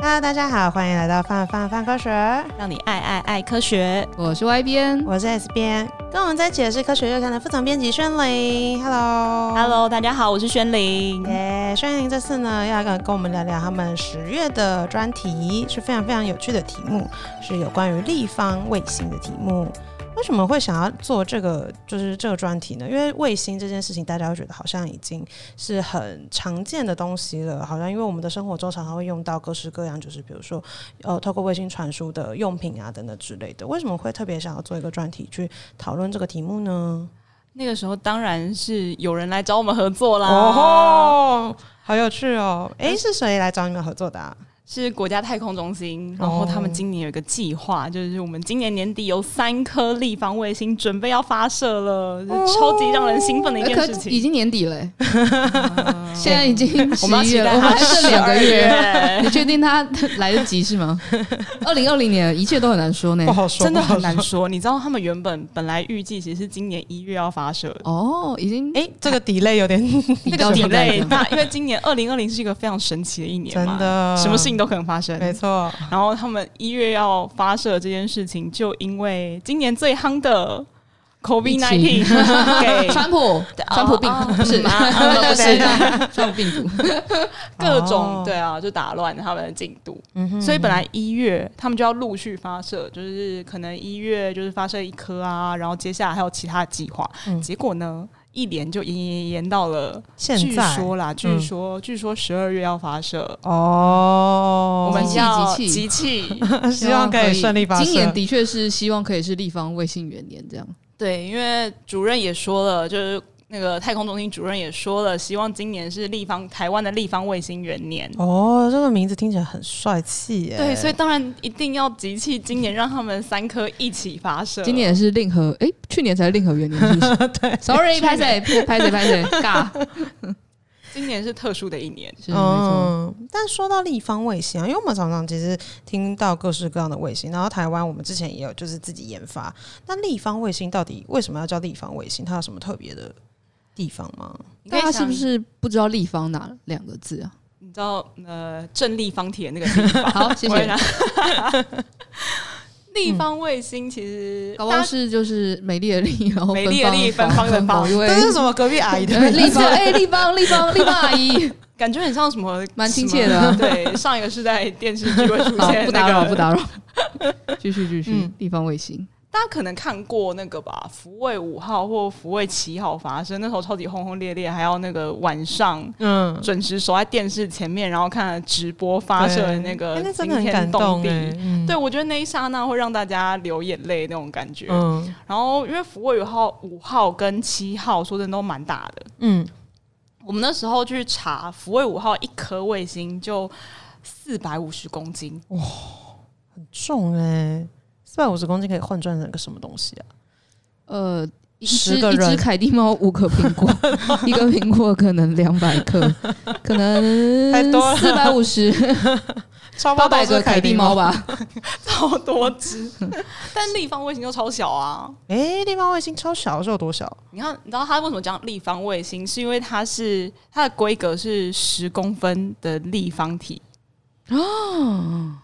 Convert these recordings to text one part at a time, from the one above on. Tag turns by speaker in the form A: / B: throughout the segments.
A: Hello，大家好，欢迎来到范范范科学，
B: 让你爱爱爱科学。
C: 我是 Y 边，
A: 我是 S 编，跟我们在一起的是科学月刊的副总编辑宣玲。Hello。
C: 哦
B: Hello，大家好，我是宣玲。
A: 耶，哎宣玲这次呢，要跟跟我们聊聊他们十月的专题，是非常非常有趣的题目，是有关于立方卫星的题目。为什么会想要做这个，就是这个专题呢？因为卫星这件事情，大家会觉得好像已经是很常见的东西了，好像因为我们的生活中常常会用到各式各样，就是比如说，呃，透过卫星传输的用品啊等等之类的。为什么会特别想要做一个专题去讨论这个题目呢？
B: 那个时候当然是有人来找我们合作啦，
A: 哦吼，好有趣哦！诶，是谁来找你们合作的、啊？
B: 是国家太空中心。
C: 哦
B: 然后他们今年有一个计划，就是我们今年年底有三颗立方卫星准备要发射了，就是超级让人兴奋的一件
C: 哦可
B: 事情。
C: 已经年底了欸、现在已经
B: 我
C: 十
B: 们要
C: 一
B: 期
C: 月了，
B: 待
C: 我
B: 它
C: 们还剩两个月。
B: 月，
C: 你确定他来得及是吗？二零二零年一切都很难说呢
A: 不。好说，
B: 真的
A: 不好
B: 很难
A: 说。
B: 说。你知道他们原本本来预计其实是今年一月要发射的。
C: 哦，已经
A: 诶，这个 delay 有点
C: 比
B: 那
C: 较
B: 个
C: 现在
B: delay
C: 的
B: 大，因为今年二零二零是一个非常神奇的一年
A: 真
B: 嘛，
A: 的
B: 什么事情都可能发生。
A: 没错，
B: 然后他们一月要发射这件事情，就因为今年最夯的 COVID
C: 疫
B: nineteen 给
C: 川普，川普病
B: 哦
C: 不是，
B: 嗯啊啊
C: 不
B: 对
C: 是川普病毒。
B: 各种、
A: 哦
B: 对啊，就打乱他们的进度。
A: 嗯
B: 所以本来一月他们就要陆续发射，就是可能一月就是发射一颗啊，然后接下来还有其他的计划。
A: 嗯
B: 结果呢，一连就延延延延到了，
A: 现
B: 据
A: 在
B: 说啦，据说、据说十二月要发射。
A: 哦，
B: 我们
C: 集
B: 要
C: 集
B: 集
C: 气
B: 气，
A: 希望可以顺利发射。
C: 今年的确是希望可以是立方卫星元年这样。
B: 对，因为主任也说了，就是那个太空中心主任也说了，希望今年是立方台湾的立方卫星元年。
A: 哦，这个名字听起来很帅气耶。
B: 对，所以当然一定要集气，今年让他们三颗一起发射。
C: 今年也是令和，诶，去年才是令和元年，是不是
A: 对，
C: ？Sorry，拍谁拍谁拍谁，尬，
B: 今年是特殊的一年，
C: 是没错。，
A: 嗯但说到立方卫星啊，因为我们常常其实听到各式各样的卫星，然后台湾我们之前也有就是自己研发。那立方卫星到底为什么要叫立方卫星？它有什么特别的地方吗？
B: 你可
C: 大家
B: 以
C: 啊是
B: 想
C: 不是不知道立方哪两个 字啊？
B: 你知道呃正立方体的那个地方？
C: 好， 谢
B: 果
C: 谢。
B: 然立方卫星其实
C: 搞
B: 大
C: 不好
B: 家
C: 是就是美丽的丽，然后
B: 美丽的丽
C: 芬芳
B: 芬芳的芳
C: 某 一 位
A: 这是什么隔壁阿姨的
C: 呃立方哎，立方立方立方阿 姨，
B: 感觉很像什么，
C: 蛮亲切的
B: 什
C: 啊
B: 么对，上一个是在电视剧会出
C: 好
B: 现，
C: 不打扰不。打扰，继续继续
B: 嗯，
C: 立方卫星
B: 大家可能看过那个吧，福卫五号或福卫七号发生，那时候超级轰轰烈烈，还有那个晚上
A: 嗯，
B: 准时守在电视前面，然后看直播发射的那
A: 对哎
B: 个
A: 那真
B: 惊
A: 的很
B: 天
A: 感
B: 动
A: 动
B: 地。
A: 哎。嗯
B: 对，，我觉得那一刹那会让大家流眼泪那种感觉。
A: 嗯
B: 然后，因为福卫五号、五号跟七号，说真的都蛮大的。
A: 嗯，
B: 我们那时候去查，福卫五号一颗卫星就四百五十公斤，
A: 重哎，四百五十公斤可以换算成个什么东西啊？
C: 呃。一
A: 十
C: 只
A: 个
C: 一
A: 人
C: 只凯蒂猫，五个苹 果，一个苹果可能两百克，可
A: 太
C: 能
A: 多了
C: 四百五十
A: 超
C: 八百个凯蒂猫吧。
B: 超多只。 但立方卫星就超小啊。
A: 诶，立方卫星超小是有多小？
B: 你看，你知道它为什么讲立方卫星？是因为它是它的规格是十公分的立方体，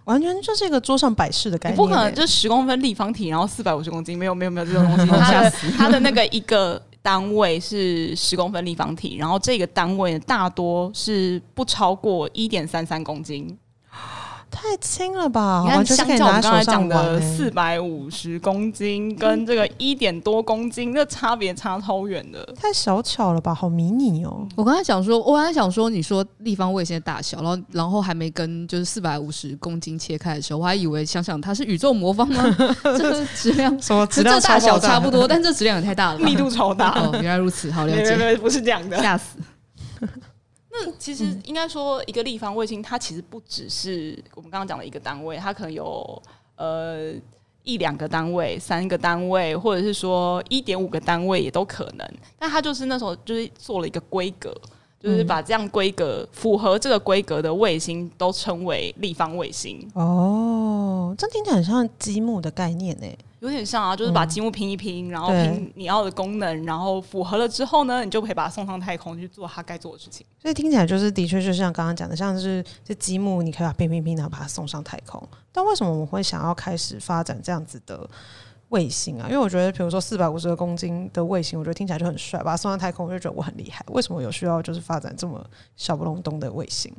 A: 完全就是一个桌上摆饰的概
B: 你
A: 念、欸
B: 不可能就十公分立方体，然后四百五十公斤，没有没有没有这种东西。它
C: 吓
B: 的它的那个一个单位是十公分立方体，然后这个单位大多是不超过一点三三公斤。
A: 太轻了吧？
B: 你
A: 完
B: 看，
A: 全是
B: 相
A: 可以
B: 较我
A: 拿
B: 们
A: 手
B: 刚才
A: 上
B: 讲
A: 玩、
B: 的
A: 欸。
B: 四百五十公斤跟这个一点多公斤，那差别差超远的。
A: 太小巧了吧？好迷你 哦！
C: 我刚才想说，我刚才想说，你说立方卫星的大小，然后然后还没跟就是四百五十公斤切开的时候，我还以为想想它是宇宙魔方 吗？这个质量，
A: 什么质
C: 这
A: 量
C: 这大
A: 超
C: 小
A: 爆炸
C: 差不多，但这质量也太大了 吧
B: 密度超大。
C: 哦，原来如此，好了
B: 没没
C: 解，
B: 没，不是这样的。
C: 吓死！
B: 那其
A: 嗯
B: 实应该说，一个立方卫星，它其实不只是我们刚刚讲的一个单位，它可能有呃一两个单位、三个单位，或者是说一点五个单位也都可能。但它就是那时候就是做了一个规格，
A: 嗯
B: 就是把这样规格符合这个规格的卫星都称为立方卫星。
A: 哦，这听起来很像积木的概念呢、
B: 有点像啊，就是把
A: 嗯
B: 积木拼一拼，然后
A: 对
B: 拼你要的功能，然后符合了之后呢，你就可以把它送上太空去做它该做的事情。
A: 所以听起来就是，的确就像刚刚讲的，像是这积木，你可以把它拼拼拼，然后把它送上太空。但为什么我们会想要开始发展这样子的卫星啊？因为我觉得，比如说四百五十个公斤的卫星，我觉得听起来就很帅，把它送上太空，我就觉得我很厉害。为什么有需要就是发展这么小不隆咚的卫星？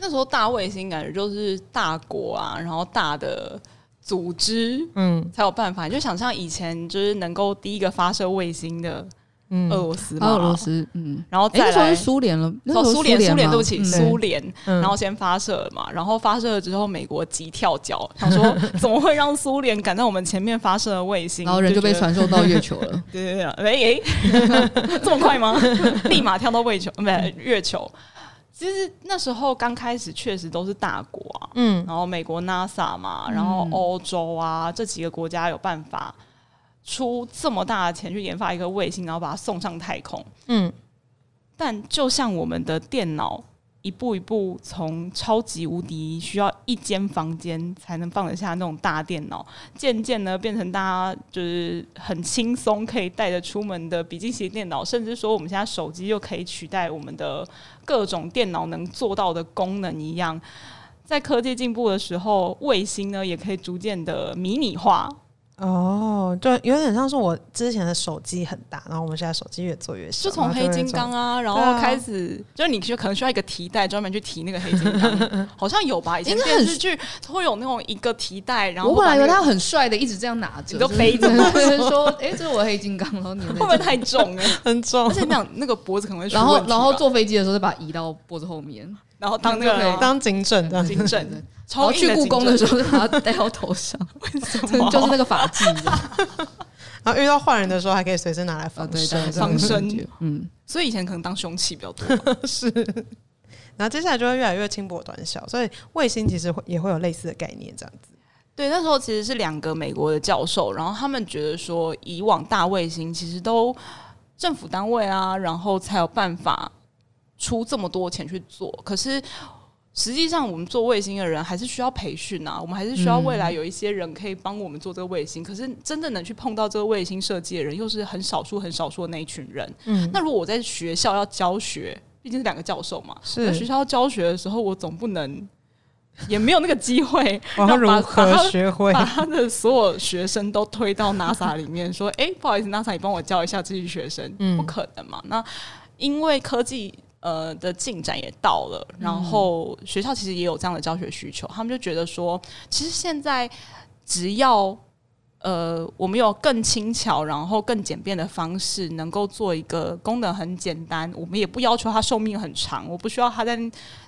B: 那时候大卫星感觉就是大国啊，然后大的组织
A: 嗯
B: 才有办法。你就想象以前就是能够第一个发射卫星的
A: 嗯
B: 俄罗斯嘛，
C: 啊俄罗斯，嗯，
B: 然后
C: 哎，那
B: 再
C: 时候
B: 来
C: 是苏联了，那时
B: 哦，
C: 候
B: 苏联，
C: 苏
B: 苏联，
C: 吗
B: 对不起，
C: 嗯
B: 苏联，
A: 嗯
B: 然后先发射了嘛，然后发射了之后，美国急跳脚，想说 怎么会让苏联赶在我们前面发射了卫星，
C: 然后人就被
B: 觉得，
C: 传送到月球了。
B: 对对对，哎、哎， 这么快吗？立马跳到卫球，不是月球。其实那时候刚开始确实都是大国啊，
A: 嗯，
B: 然后美国 NASA 嘛，然后欧洲啊、这几个国家有办法出这么大的钱去研发一个卫星，然后把它送上太空。
A: 嗯，
B: 但就像我们的电脑一步一步从超级无敌需要一间房间才能放得下那种大电脑，渐渐呢变成大家就是很轻松可以带着出门的笔记型电脑，甚至说我们现在手机又可以取代我们的各种电脑能做到的功能一样。在科技进步的时候，卫星呢也可以逐渐的迷你化，
A: 哦，就有点像是我之前的手机很大，然后我们现在手机越做越小，
B: 就从
A: 然后
B: 黑
A: 会
B: 金刚
A: 从
B: 啊，然
A: 对
B: 后
A: 啊
B: 开始，就是你就可能需要一个提袋专门去提那个黑金刚， 好像有吧？以前
C: 应该
B: 电
C: 很
B: 视剧会有那种一个提袋， 然后
C: 我本来以为
B: 把那
C: 他
B: 个
C: 很帅的，一直这样拿着，
B: 你都背着
C: 就是说，哎，这是我黑金刚，然 后你
B: 会不会太重了？
A: 很重
B: 而，且你想那个脖子可能会出
C: 然
B: 问
C: 后
B: 题吧
C: 然后坐飞机的时候再把它移到脖子后面，
B: 然后当那
C: 就可
B: 个
C: 以
A: 当警枕这 样。
B: 警枕，
C: 然后
B: 超
C: 去故宫
B: 的
C: 的时候再把它戴到头 上，
B: 候
C: 真的就是那个发髻，
A: 然后遇到坏人的时候，还可以随身拿来
C: 啊
A: 防
C: 对，
A: 身，
B: 防身
C: 嗯，
B: 所以以前可能当凶器比较多。
A: 是。然后接下来就会越来越轻薄短小，所以卫星其实会也会有类似的概念，这样子。
B: 对，那时候其实是两个美国的教授，然后他们觉得说，以往大卫星其实都政府单位啊，然后才有办法出这么多钱去做。可是实际上，我们做卫星的人还是需要培训啊，我们还是需要未来有一些人可以帮我们做这个卫星。可是真正能去碰到这个卫星设计的人，又是很少数、很少数的那一群人。
A: 嗯，
B: 那如果我在学校要教学，毕竟是两个教授嘛，
A: 是
B: 我在 学校教学的时候，我总不能。也没有那个机会
A: 我
B: 让把，
A: 要如
B: 把
A: 何
B: 他
A: 学会？
B: 把他的所有学生都推到 NASA 里面，说：“哎、不好意思，NASA，你帮我教一下这些学生。”
A: 嗯
B: 不可能嘛。那因为科技呃的进展也到了，然后学校其实也有这样的教学需求，他们就觉得说，其实现在只要呃，我们有更轻巧，然后更简便的方式，能够做一个功能很简单。我们也不要求它寿命很长，我不需要它在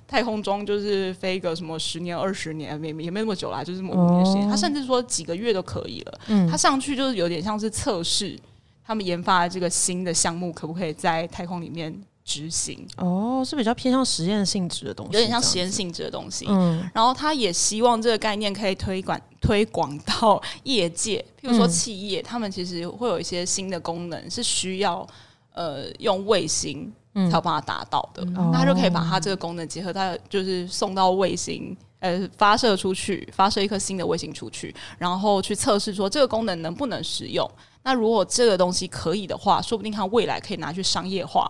B: 太空中就是飞个什么十年、二十年，没也没那么久啦，就是某五年、十年。
A: 哦
B: 它甚至说几个月都可以了。
A: 嗯
B: 它上去就是有点像是测试他们研发的这个新的项目可不可以在太空里面执行，
A: 哦，是比较偏向实验性质的东西，
B: 有点像实验
A: 性。
B: 性质的东西。
A: 嗯
B: 然后他也希望这个概念可以推广推广到业界，譬如
A: 嗯
B: 说企业，他们其实会有一些新的功能是需要呃用卫星才有
A: 嗯，
B: 办法达到的，
A: 哦
B: 那他就可以把它这个功能结合到就是送到卫星。呃，发射出去，发射一颗新的卫星出去，然后去测试说这个功能能不能使用。那如果这个东西可以的话，说不定它未来可以拿去商业化，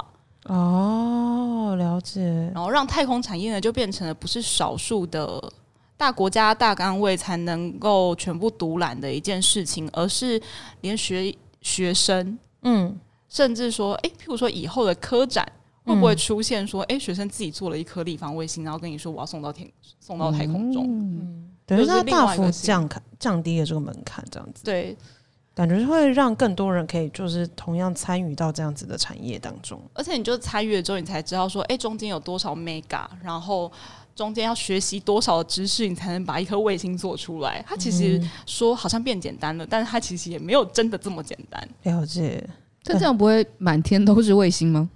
A: 哦，了解。
B: 然后让太空产业呢就变成了不是少数的大国家、大单位才能够全部独揽的一件事情，而是连学学生，
A: 嗯，
B: 甚至说，诶，譬如说以后的科展。会不会
A: 嗯
B: 出现说，诶，学生自己做了一颗立方卫星，然后跟你说我要送到天，送到太空中？
C: 中，
A: 等于
B: 就是是
A: 它
B: 另外
A: 大
B: 一
A: 幅
B: 个性
A: 降看降低了这个门槛，这样子，
B: 对，
A: 感觉是会让更多人可以就是同样参与到这样子的产业当中。
B: 而且你就参与了之后，你才知道说，诶，中间有多少 mega，然后中间要学习多少的知识，你才能把一颗卫星做出来。它其实
A: 嗯
B: 说好像变简单了，但是它其实也没有真的这么简单。
A: 了解，
C: 但这样不会满天都是卫星吗？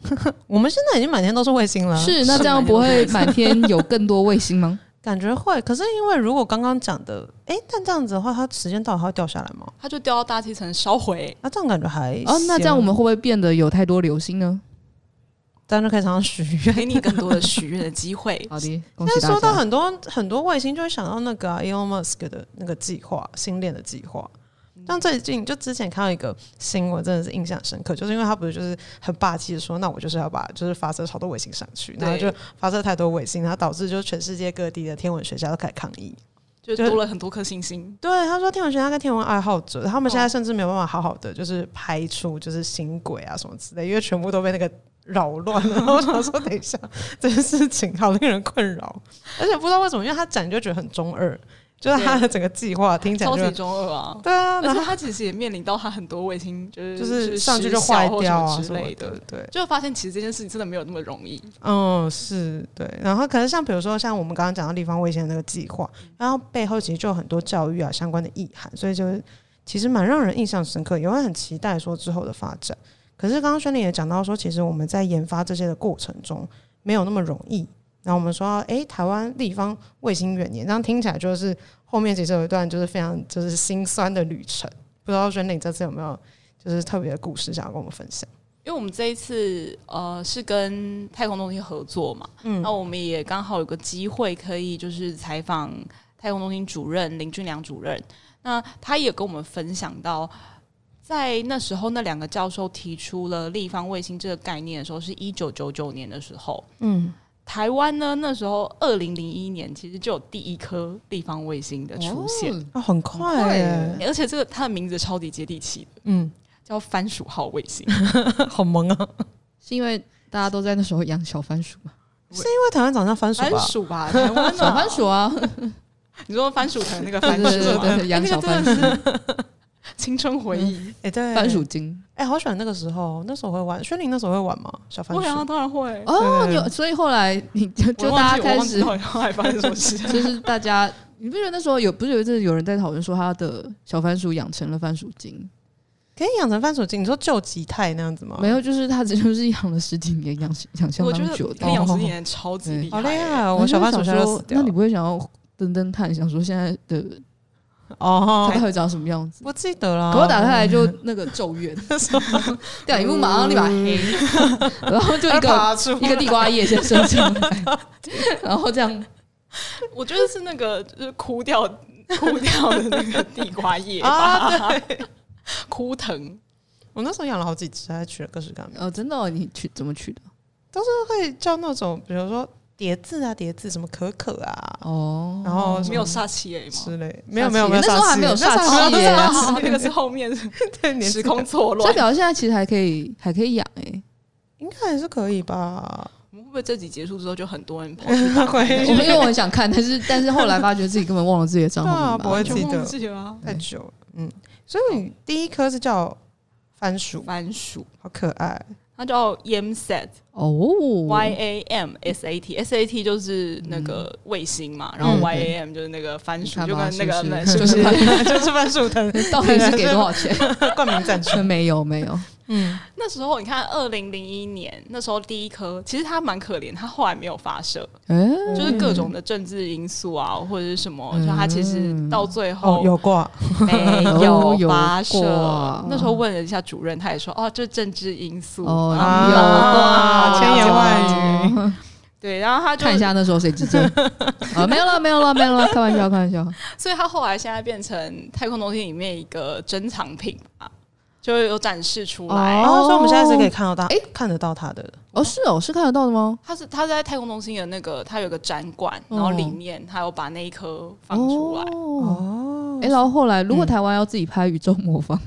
A: 我们现在已经满天都是卫星了，
C: 是，那这样不会满天有更多卫星 吗？
A: 感觉会，可是因为如果刚刚讲的，诶，但这样子的话，它时间到了它会掉下来吗？
B: 它就掉到大气层烧毁。
A: 那、这样感觉还
C: 哦，那这样
A: 行
C: 我们会不会变得有太多流星呢？。
A: 这样就可以常常许愿。
B: 给你更多的许愿的机会
C: 好的，恭喜
A: 但
C: 大
A: 说到
C: 家。
A: 很多很多卫星，就会想到那个、啊、Elon Musk 的那个计划，星链的计划，像最近就之前看到一个新闻，真的是印象深刻，就是因为他不是就是很霸气的说，那我就是要把就是发射超多卫星上去，然后
B: 对
A: 就发射太多卫星，然后导致就是全世界各地的天文学家都开始抗议。
B: 就
A: 就
B: 多了很多颗星星。
A: 对，他说天文学家跟天文爱好者，他们现在甚至没有办法好好的就是拍出就是新轨啊什么之类，因为全部都被那个扰乱了。然 后我想说，等一下，这件事情好令人困扰，而且不知道为什么，因为他讲就觉得很中二，就是他的整个计划听起来
B: 超级
A: 就
B: 中二啊！
A: 对啊，
B: 而
A: 然
B: 且
A: 后
B: 它其实也面临到它很多卫星，就是
A: 就是
B: 是
A: 上去
B: 失
A: 就坏
B: 效或
A: 掉啊
B: 什么
A: 什
B: 之
A: 么
B: 类
A: 的
B: 的，，
A: 对。
B: 就发现其实这件事情真的没有那么容易。
A: 嗯，是对。然后可能像比如说像我们刚刚讲到立方卫星的那个计划，然后背后其实就有很多教育啊相关的意涵，所以就是其实蛮让人印象深刻，也会很期待说之后的发展。可是刚刚轩丽也讲到说，其实我们在研发这些的过程中没有那么容易。然后我们说，诶，台湾立方卫星元年，这样听起来就是后面其实有一段就是非常就是心酸的旅程。不知道轩丽这次有没有就是特别的故事想要跟我们分享？
B: 因为我们这一次呃是跟太空中心合作嘛，嗯，那我们也刚好有个机会可以就是采访太空中心主任林俊良主任，那他也跟我们分享到，在那时候那两个教授提出了立方卫星这个概念的时候，是一九九九年的时候，嗯，台湾呢那时候二零零一年其实就有第一颗立方卫星的出现，
C: 哦
A: 啊，很快、
C: 快
A: 耶，
B: 而且这个它的名字超级接地气的，
A: 嗯，
B: 叫番薯号卫星。
A: 好萌啊！
C: 是因为大家都在那时候养小番薯啊嘛，
A: 因为台湾长像番薯
B: 番
A: 吧，
B: 薯吧，台湾的
C: 小番薯啊，
B: 你说番薯藤那个
C: 对
B: 番薯
C: 对对
B: 吗
C: 对嗯
B: 哎
C: 对，养
B: 那
C: 小
B: 个真
C: 番
B: 的
C: 薯，
B: 是青春回忆。
A: 哎、对，
C: 番薯精。
A: 哎、好喜欢那个时候，那时候会玩，轩宁那时候会玩吗？小番
B: 我想
A: 薯
B: 当然会，
C: 哦，
A: 对
C: 你有所以后来你就
B: 我
C: 就
B: 忘
C: 大
B: 记
C: 家
B: 我
C: 开
B: 忘记
C: 始，。
B: 到底后来发生什么事
C: 就是大家，你不觉得那时候有不是有一阵子有人在讨论说他的小番薯养成了番薯精？
A: 可以养成番薯精，你说救吉泰那样子吗？
C: 没有，就是他只就是养 了十几年，养养相
B: 我觉
C: 当久
B: 得
C: 的
B: 跟。养殖年超级
C: 对
B: 厉
A: 好
B: 害
A: 厉害
B: 欸，
A: 啊！
C: 然后
A: 我
C: 就
A: 小番薯
C: 想
A: 现在
C: 说
A: 死掉
C: 那你
A: 了
C: 不会想要登登看，想说现在的
A: 哦
C: 他，会长什么样子？
A: 不记得啦。
C: 可我打开来就那个咒 怨，掉哎荧幕马上立马
A: 嗯
C: 黑，然后就一个
A: 爬出
C: 一个地瓜叶先生出来，然后这样
B: 我觉得是那个就是枯掉枯掉的那个地瓜叶
A: 啊
B: 吧，枯藤。
A: 我那时候养了好几只，还取了各式各样的名字，
C: 哦，真的哦，你取怎么取的？
A: 都会叫那种，比如说叠字啊、叠字，什么可可啊，
C: 哦，
A: 然后什
B: 没
A: 么
B: 有煞气诶吗？
A: 之类，没有没有没有，
C: 那时候还没有煞气
A: 那时候还没有
B: 啊，那个是后 面
A: 对，年纪
B: 时空错
C: 所
B: 乱
C: 以。表示现在其实还可以，还可以养哎、
A: 应该还是可以吧？
B: 我们会不会这集结束之后就很多人跑去打
A: 回
B: 开
C: 我们因为我很想看，但是但是后来发觉自己根本忘了自己的账
A: 对啊
C: 号
A: 不会
C: 密码，
B: 就
A: 记得
B: 忘记了啊
A: 太久了，嗯，所以你第一颗是叫番薯，
B: 番薯，
A: 好可爱，
B: 它叫 yam set。
C: 哦
B: Y A M S A T S A T 就是那个卫星嘛，然后
C: 嗯
B: Y A M 就是那个番薯，
C: 你看
B: 就
C: 吧
B: 跟那个
C: 是不是
B: 是不
C: 就是
A: 就是番薯藤
C: 到底是给多少钱？
A: 冠名赞助，
C: 没有没 有，
A: 嗯，
B: 那时候你看，二零零一年那时候第一颗，其实它蛮可怜，它后来没有发射，
C: 哎、
B: 就是各种的政治因素啊，或者是什么，
C: 嗯
B: 就它其实到最
A: 哦，
B: 后
A: 有挂，
B: 没
C: 哦有
B: 有发射
C: 有过。
B: 那时候问了一下主任，他也说哦，这政治因素。
C: 哦，
A: 啊
C: 有
A: 啊
C: 啊，
A: 千言
B: 万
C: 语。
B: 对，然后他就
C: 看一下那时候谁执政 啊？没有了，没有了，没有了，开玩笑，开玩笑。
B: 所以它后来现在变成太空中心里面一个珍藏品吧，就有展示出来。
A: 然后所以我们现在是可以
C: 哦
A: 看到它，哎，看得到它的，
C: 哦，是哦，是看得到的吗？
B: 它是它在太空中心的那个，它有个展馆，然后里面它有把那一颗放出来。
C: 哦，
A: 哦
C: 哎，然后后来如果
A: 嗯
C: 台湾要自己拍宇宙魔方，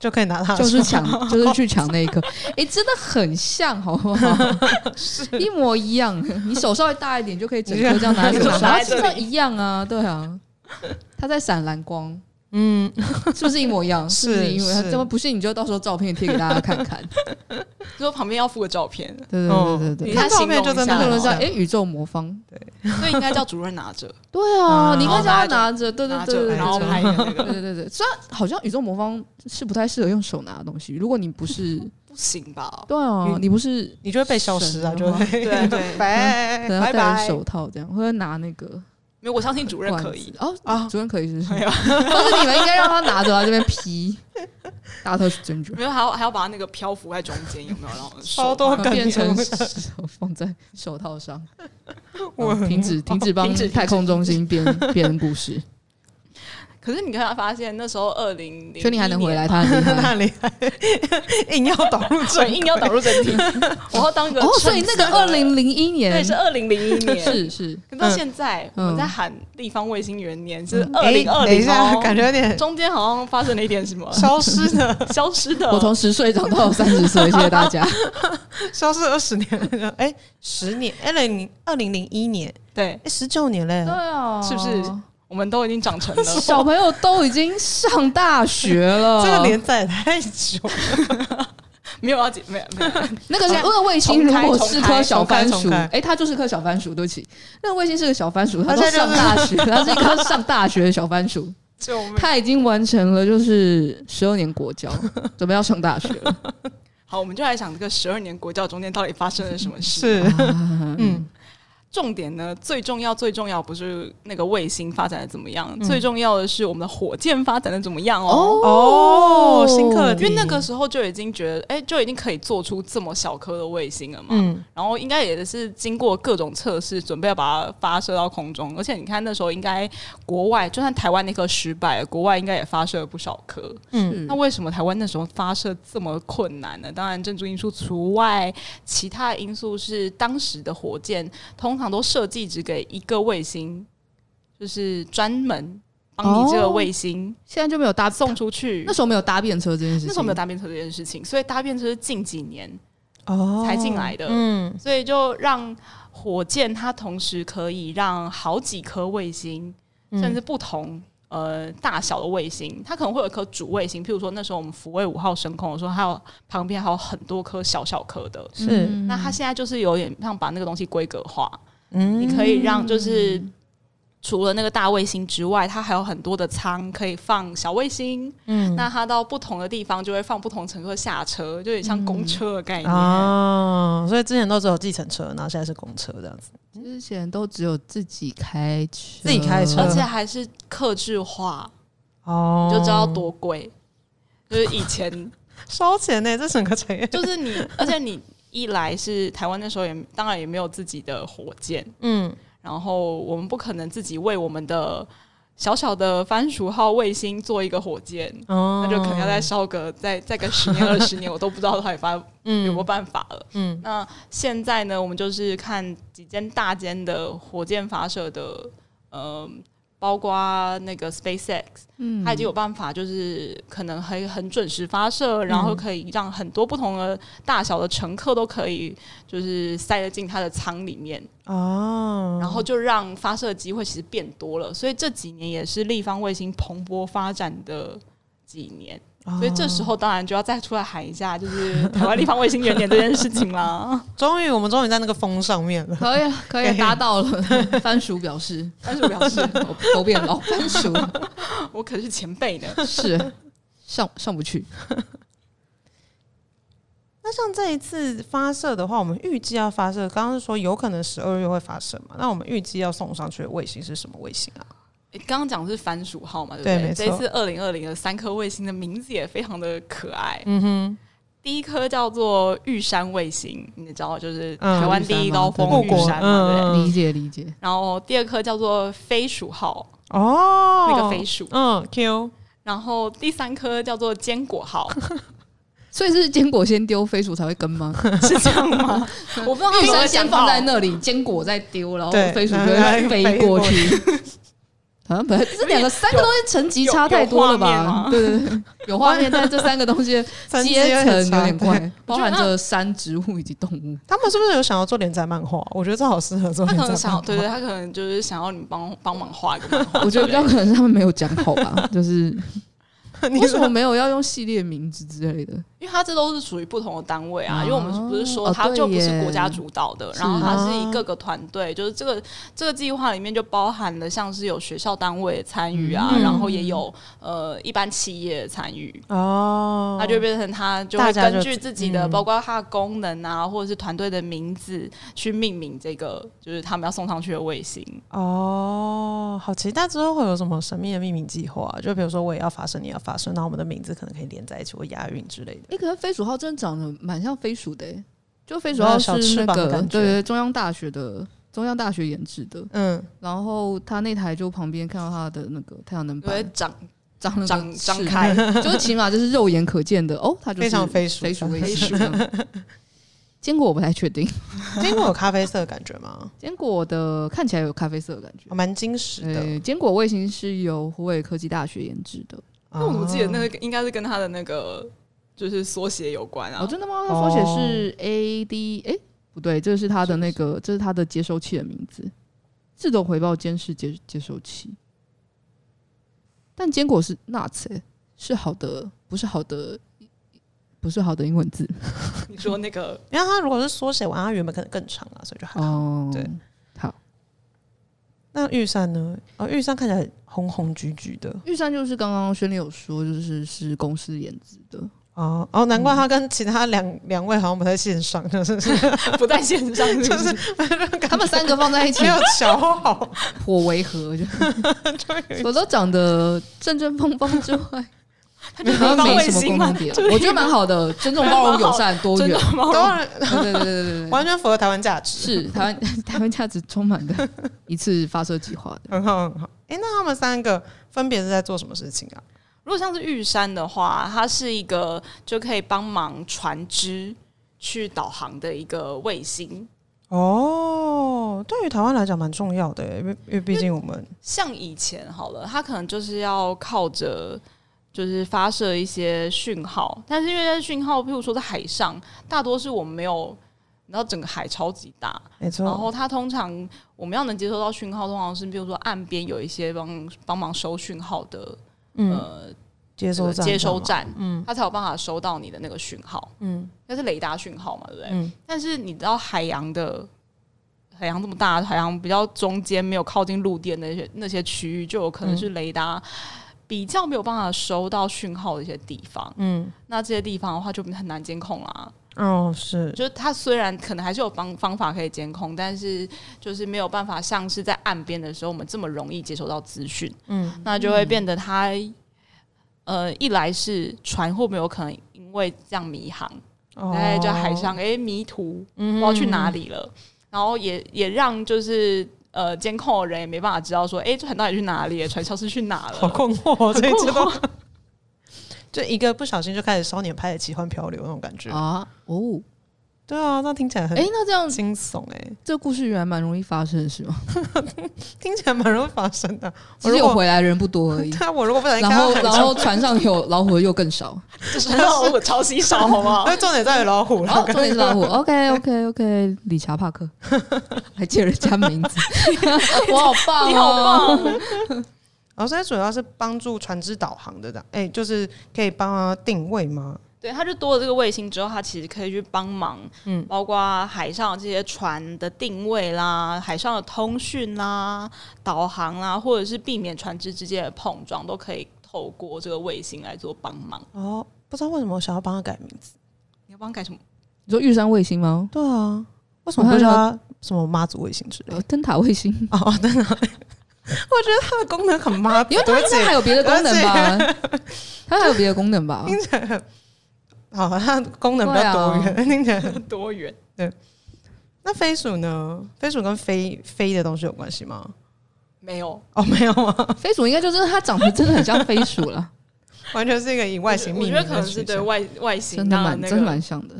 A: 就可以拿它，
C: 就是抢，就是去抢那一颗。哎，真的很像，好不好？一模一样。你手稍微大一点就可以整颗这样拿在手
B: 你
C: 上，
B: 就拿
C: 它
B: 在这
C: 身
B: 里
C: 上一样啊，对啊。它在闪蓝光，
A: 嗯，
C: 是不是一模一样？
A: 是
C: 不是一模一样
A: 是
C: 怎么不信？你就到时候照片贴给大家看看。
B: 就旁边要附个照片，
C: 对
A: 哦
C: 对对对对
A: 你
B: 你
C: 对。
A: 看
B: 看
A: 照片就
B: 形容
A: 真的很
B: 一下
C: 有人知道，
A: 像，
C: 哎，宇宙魔方，
B: 所以应该叫主任拿着
C: 对
A: 啊
C: 啊，你应该叫他
B: 然后
C: 拿着， 对对
B: 拿
C: 对对
B: 着，
C: 对，
B: 然后
C: 对
B: 拍一个那
C: 对
B: 个，
C: 对对对，虽然好像宇宙魔方是不太适合用手拿的东西，如果你不是，
B: 不行吧？
C: 对啊，
A: 嗯
C: 你不是
A: 你就会被消失啊，
C: 神
A: 就会，
B: 对对
A: 拜
C: 可能要
A: 哎拜
C: 戴
A: 拜
C: 手套这样，或者拿那个
B: 没有，我相信主任
C: 罐
B: 可
C: 子
B: 以。
C: 哦，
A: 啊，
C: 主任可以是不是，
B: 没有
C: 但是你们应该让他拿着啊，这边皮，大特许真绝，
B: 没有，还要还要把那个漂浮在中间，有没有？然后手
A: 超多
C: 然后
A: 梗
C: 变成
A: 我
C: 手放在手套上，哦
A: 我
C: 好停止停止帮
B: 停止停止
C: 太空中心编编故事，
B: 可是你看，发现那时候二零零，
C: 确定还能回来，他很厉 害。
A: 那里硬要导入
B: 对，
A: 正
B: 硬要导入正 题，我要当一个
C: 哦，所以那个
B: 称职的
C: 二零零一年
B: 对是二零零一年，
C: 是是
B: 可到现在我
C: 嗯
B: 们在喊立方卫星元年是
A: 哎
B: 二零二
A: 等一
B: 零
A: 下，
B: 哦，
A: 感觉有点
B: 中间好像发生了一点什 么
A: 消失的，
B: 消失的，
C: 我从十岁长到三十岁，谢谢大家。
A: 消失二十年了。哎，十年，二零零二零零一年，
B: 对
A: 哎，十九年嘞。
C: 啊
B: 是不是我们都已经长 成了
C: 小朋友都已经上大学 了？
A: 这个连载也太久了，
B: 没有要解没有没有，
C: 那个是那个卫星，如果是颗小番
A: 重开重
C: 薯，
A: 开
C: 哎、它就是颗小番薯，对不起，那个卫星是个小番薯，它
A: 它
C: 都
A: 现在
C: 上
A: 就是
C: 大学，它是一颗上大学的小番薯，
B: 救命！
C: 它已经完成了就是十二年国教，准备要上大学了。
B: 好，我们就来想这个十二年国教中间到底发生了什么事。
A: 是
C: 嗯，
B: 重点呢，最重要最重要不是那个卫星发展的怎么样，
A: 嗯
B: 最重要的是我们的火箭发展的怎么样哦。
A: 哦新课
B: 因
A: 题
B: 为那个时候就已经觉得，哎、就已经可以做出这么小颗的卫星了嘛。
A: 嗯
B: 然后应该也是经过各种测试，准备要把它发射到空中。而且你看那时候应该国外，就算台湾那颗失败了，国外应该也发射了不少颗。
A: 嗯
B: 那为什么台湾那时候发射这么困难呢？当然政治因素除外，其他因素是当时的火箭通常都设计只给一个卫星，就是专门帮你这个卫星
C: 现在就没有搭
B: 送出去。
C: 哦那时候没有搭便车这件事情，
B: 那时候没有搭便车这件事情，所以搭便车是近几年
A: 哦
B: 才进来的，
A: 嗯
B: 所以就让火箭它同时可以让好几颗卫星，甚至
A: 嗯
B: 不同。呃，大小的卫星，它可能会有一颗主卫星，譬如说那时候我们福卫五号升空的时候，还有旁边还有很多颗小小颗的。
A: 是
B: 那它现在就是有点像把那个东西规格化，
A: 嗯
B: 你可以让就是除了那个大卫星之外，它还有很多的舱可以放小卫星。
A: 嗯
B: 那它到不同的地方就会放不同乘客下车，就有点像公车的概念。
A: 嗯哦，所以之前都只有计程车，然后现在是公车这样子。
C: 之前都只有自己开车，
A: 自己开
C: 嗯
A: 车
B: 而且还是克制化，
A: 哦
B: 你就知道多贵。就是以前，
A: 烧钱呢、这整个产业。
B: 就是你， 而且你一来是台湾那时候也当然也没有自己的火箭，
A: 嗯，
B: 然后我们不可能自己为我们的小小的番薯号卫星做一个火箭，
A: 哦
B: 那就可能要再烧个再再个十年二十年，我都不知道到 底发有没有
A: 嗯
B: 办法了。
A: 嗯
B: 那现在呢，我们就是看几间大间的火箭发射的，呃，包括那个 SpaceX，
C: 嗯
B: 它已经有办法，就是可能很很准时发射，然
A: 嗯
B: 后可以让很多不同的大小的乘客都可以就是塞得进它的舱里面，
A: 哦，
B: 然后就让发射的机会其实变多了。所以这几年也是立方卫星蓬勃发展的几年，所以这时候当然就要再出来喊一下，就是台湾立方卫星元年这件事情 啦。
A: 终于我们终于在那个风上面了。
C: 可以了可以了搭到了， 番薯表示
B: 但是我表示，
C: 我 头变老番薯
B: 我可是前辈呢。
C: 是上上不去，
A: 那像这一次发射的话，我们预计要发射，刚刚是说有可能十二月会发射嘛？那我们预计要送上去的卫星是什么卫星啊？
B: 诶刚刚讲的是番薯号嘛，对不
A: 对
B: 对？
A: 没错
B: 这一次二零二零的三颗卫星的名字也非常的可爱。
A: 嗯哼，
B: 第一颗叫做玉山卫星，你知道，就是
A: 嗯
B: 台湾第一高峰
A: 护
B: 玉
A: 国
B: 山嘛，对不对？
A: 嗯
C: 理解理解。
B: 然后第二颗叫做飞鼠号，
A: 哦，
B: 那个飞鼠。
A: 嗯 Q
B: 然后第三颗叫做坚果号，
C: 所以是坚果先丢，飞鼠才会跟吗？
B: 是这样 吗？我不知道他
A: 哦
B: 们有没
C: 玉
B: 有
C: 山先
B: 想
C: 放
B: 到
C: 在那里，坚果再丢，然后
A: 对
C: 飞鼠就
A: 然
C: 会
A: 后
C: 飞
A: 飞
C: 过
A: 过
C: 去。好像本来这两个三个东西层级差太多了
B: 有有有画面
C: 吧？
B: 吗
C: 对对对，有画面，但这三个东西
A: 层级
C: 阶层
A: 很
C: 有
A: 差
C: 点怪，包含
B: 我觉得
C: 着山、植物以及动物。
A: 他们是不是有想要做连载漫画？我觉得这好适合做
B: 他
A: 连载
B: 可能
A: 漫
B: 想要，
A: 画。
B: 对对，他可能就是想要你帮帮忙画一个漫画。
C: 我觉得比较可能是他们没有讲好吧，就是
A: 你
C: 为什么
A: 说
C: 没有要用系列名字之类的？
B: 因为它这都是属于不同的单位啊，
C: 哦
B: 因为我们不是说
C: 哦
B: 它就不
C: 对
B: 是
C: 耶
B: 国家主导的，
C: 是
B: 然后它是以各个团队，就是这个这个计划里面就包含了像是有学校单位参与啊，
A: 嗯
B: 然后也有呃一般企业参与。
A: 哦，
B: 它就变成它就
A: 大
B: 会
A: 家
B: 根
A: 就
B: 据自己的，
A: 嗯
B: 包括它的功能啊，或者是团队的名字去命名这个，就是他们要送上去的卫星。
A: 哦，好期待之后会有什么神秘的秘密计划啊、就比如说我也要发生，你也要发生，那我们的名字可能可以连在一起或押韵之类的。
C: 哎、可是飞鼠号真的长得蛮像飞鼠的、欸，就飞鼠
A: 那
C: 号
A: 个
C: 是
A: 小翅
C: 那
A: 膀的
C: 个
A: 感
C: 对
A: 觉
C: 对中央大学的中央大学研制的，
A: 嗯，
C: 然后他那台就旁边看到他的那个太阳能
B: 因为
C: 板
B: 长
C: 张了
B: 张
C: 个
B: 张
C: 翅
B: 开，
C: 嗯就是起码就是肉眼可见的哦，它就是
A: 非常飞鼠
C: 飞鼠
A: 的
C: 飞鼠这样。坚果我不太确定，
A: 坚果有咖啡色的感觉 吗？
C: 坚果的看起来有咖啡色的感觉
A: 哦。蛮晶石的。
C: 呃，坚果卫星是由湖北科技大学研制的。
A: 那
B: 那我怎么记得那个应该是跟他的那个就是缩写有关啊？
C: 哦，真的吗？它缩写
A: 哦
C: 是 AD，哎、不对，这是它的那个，这是它的接收器的名字，自动回报监视接接收器。但坚果是 nuts，、欸、是好的，不是好的，不是好的英文 字
B: 你说那个
A: 因为它如果是缩写完，它原本可能更长啊，所以就还好。
C: 哦。
A: 对，
C: 好，
A: 那玉山呢？哦，玉山看起来红红橘橘的。
C: 玉山就是刚刚轩丽有说，就是是公司研制的，
A: 哦哦，难怪他跟其他两两位好像不在线上，就是是
B: 不在线上，
A: 就
B: 就是是
C: 他们三个放在一 起
A: 没有巧好，
C: 颇违和，就
A: 就有一
C: 我都长得正正方方之外，
B: 他就是
C: 好
B: 地
C: 像
B: 方
C: 没
B: 卫
C: 什么
B: 星
C: 共
B: 嘛
C: 同，点
B: 就，是
C: 我觉得蛮好的，尊重、包容、友善、多
B: 真
C: 元
B: 的，吗？
A: 当然
C: 对对对对对对，
A: 完全符合台湾价值，
C: 哦是台湾台湾价值充满的一次发射计划的。
A: 很好很好。哎、那他们三个分别是在做什么事情啊？
B: 如果像是玉山的话，它是一个就可以帮忙船只去导航的一个卫星。
A: 哦，对于台湾来讲蛮重要的，因为因为毕竟我们
B: 像以前好了，它可能就是要靠着就是发射一些讯号，但是因为这些讯号，譬如说在海上，大多是我们没有，你知道整个海超级大，
A: 没
B: 然
A: 错，
B: 后它通常我们要能接收到讯号，通常是比如说岸边有一些帮帮忙收讯号的
A: 嗯，
B: 呃
A: 接
B: 这
A: 收
B: 个
A: 站
B: 接收
A: 干嘛，
B: 站，嗯，它才有办法收到你的那个讯号，
A: 嗯
B: 那是雷达讯号嘛，对不对？
A: 嗯，
B: 但是你知道海洋的海洋这么大，海洋比较中间没有靠近陆地的那些那些区域，就有可能是
A: 嗯
B: 雷达比较没有办法收到讯号的一些地方。
A: 嗯，
B: 那这些地方的话就很难监控啦。
A: 哦是，
B: 就是它虽然可能还是有方方法可以监控，但是就是没有办法像是在岸边的时候我们这么容易接收到资讯，
A: 嗯
B: 那就会变得它。呃，一来是船会不会有可能因为这样迷航，
A: 哦
B: 哎、就海上，哎、迷途，
A: 嗯
B: 不知道去哪，里了，然后也也让就是呃监控的人也没办法知道说，哎、船到底去哪里，船消失去哪了，
A: 好困惑哦，这一
B: 困
A: 知道。 就一个不小心就开始烧年派的奇幻漂流那种感觉，
C: 啊哦，
A: 对啊，那听起来很
C: 哎、那这样
A: 惊悚哎，
C: 这故事原来蛮容易发生的是吗？
A: 听起来蛮容易发生的。我
C: 只
A: 如
C: 是有
A: 果
C: 回来的人不多 而已。
A: 他我如果不小心
C: 然
A: 看到
C: 后，
A: 海
C: 然
A: 上，
C: 后船上有老虎的又更少。
B: 就是让我超 级少，好不好？
A: 哎，重点在于老虎
C: 哦
A: 了，，
C: 重点是老虎。OK，OK，OK，、理查帕克还借人家名字，我好
A: 啊
C: 棒、哦，
B: 你好棒！
A: 然后所以主要是帮助船只导航的，这样，哎、就是可以帮它定位吗？
B: 对，它就多了这个卫星之后，它其实可以去帮忙，
A: 嗯
B: 嗯，包括海上这些船的定位啦、海上的通讯啦、导航啦，或者是避免船只之间的碰撞，都可以透过这个卫星来做帮忙。
A: 哦，不知道为什么我想要帮它改名字。
B: 你要帮它改什么？
C: 你说玉山卫星吗？
A: 对啊，为什么不叫它什么妈祖卫星之类
C: 呃
A: 的？，
C: 灯塔卫星，
A: 哦，真的，我觉得它的功能很 妈祖，
C: 因为它
A: 对
C: 应
A: 不
C: 该还
A: 起，
C: 有别的功能吧？ 它还有别的功能吧？
A: 好，它的功能比较多元，听起来很。
B: 多远？
A: 那飞鼠呢？飞鼠跟飞飞的东西有关系吗？
B: 没有，
A: 哦，没有吗？
C: 飞鼠应该就是它长得真的很像飞鼠了，
A: 完全是一个以外形
B: 我
A: 命
B: 觉
A: 名
B: 得可能
A: 取
B: 是
A: 向
B: 对外外形
C: 真的
B: 当然
C: 蛮
B: 那
C: 真的
B: 个，
C: 蛮像的。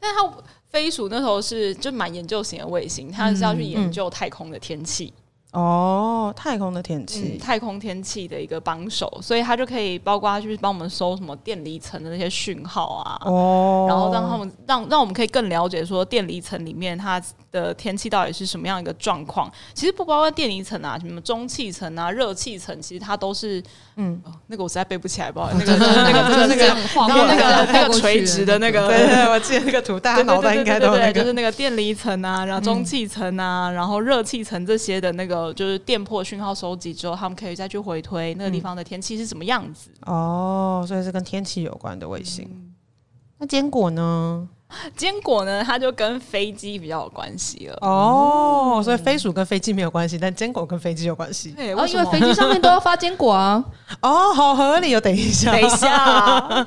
B: 但它飞鼠那时候是就蛮研究型的卫星，它是要去
A: 嗯
B: 研究太空的天气，
A: 哦，太空的天
B: 嗯，
A: 气、
B: 太空天气的一个帮手，所以它就可以包括它去帮我们搜什么电离层的那些讯号啊。
A: 哦，
B: 然后让他们让让我们可以更了解说电离层里面它的天气到底是什么样一个状况。其实不包括电离层啊，什么中气层啊、热气层，其实它都是
A: 嗯
B: 嗯、哦那个我实在背不起来，不好意
C: 哦
B: 思，那个
C: 真的
B: 那个真的
C: 就是
B: 那
C: 这样
B: 个
C: 晃
B: 然
C: 过
B: 后
C: 来
B: 那个
C: 晃
B: 那
C: 过
B: 个
C: 去
B: 垂直的那个
A: 对对，我记得那个图，大家
B: 对对
A: 脑袋
B: 对
A: 应该
B: 对
A: 都有
B: 对
A: 那
B: 对
A: 个
B: 就是那个电离层啊，然后中气层啊，然后热气层这些的那个就是电波讯号收集之后，他们可以再去回推那个地方的天气是什么样子。
A: 哦，所以是跟天气有关的卫星。那坚果呢？
B: 坚果呢，它就跟飞机比较有关系了。
A: 哦，所以飞鼠跟飞机没有关系，但坚果跟飞机有关系。
B: 对，
C: 然后
B: 为
C: 哦因
B: 什
C: 为
B: 么
C: 飞机上面都要发坚果啊，
A: 哦，好合理哦。等一 下，
B: 等一，下，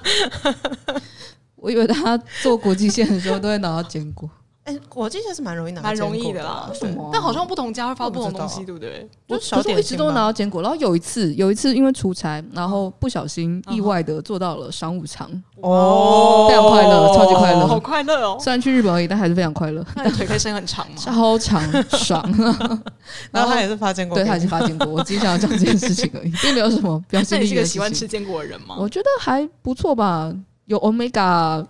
C: 我以为他做国际线的时候都会拿到坚果。
A: 哎、我记得是蛮容易拿，
B: 蛮容易的啦。
C: 为什么啊
B: 但好像不同家会发不同
A: 我不知道
B: 东西，对不对？
A: 就
C: 我
A: 小
C: 可是我
A: 点
C: 一直
A: 心
C: 都
A: 吧
C: 拿到坚果，然后有一次，有一次因为出差，然后不小心
B: 嗯
C: 意外的做到了商务舱，
A: 哦
C: 非常快乐超级快乐
B: 好快乐 哦！
C: 虽然去日本而已，但还是非常快乐，
B: 那你腿可以伸很长 吗？
C: 超长爽。
A: 然后他也
C: 是
A: 是发坚果
C: 对
A: 给
C: 他
A: 你，
C: 已经发坚果，我只是想要讲这件事情而已，并没有什么标
B: 那
C: 新
B: 你
C: 立
B: 是
C: 异
B: 个
C: 的
B: 喜欢
C: 事
B: 吃
C: 情
B: 坚果的人吗？
C: 我觉得还不错吧，有 omega。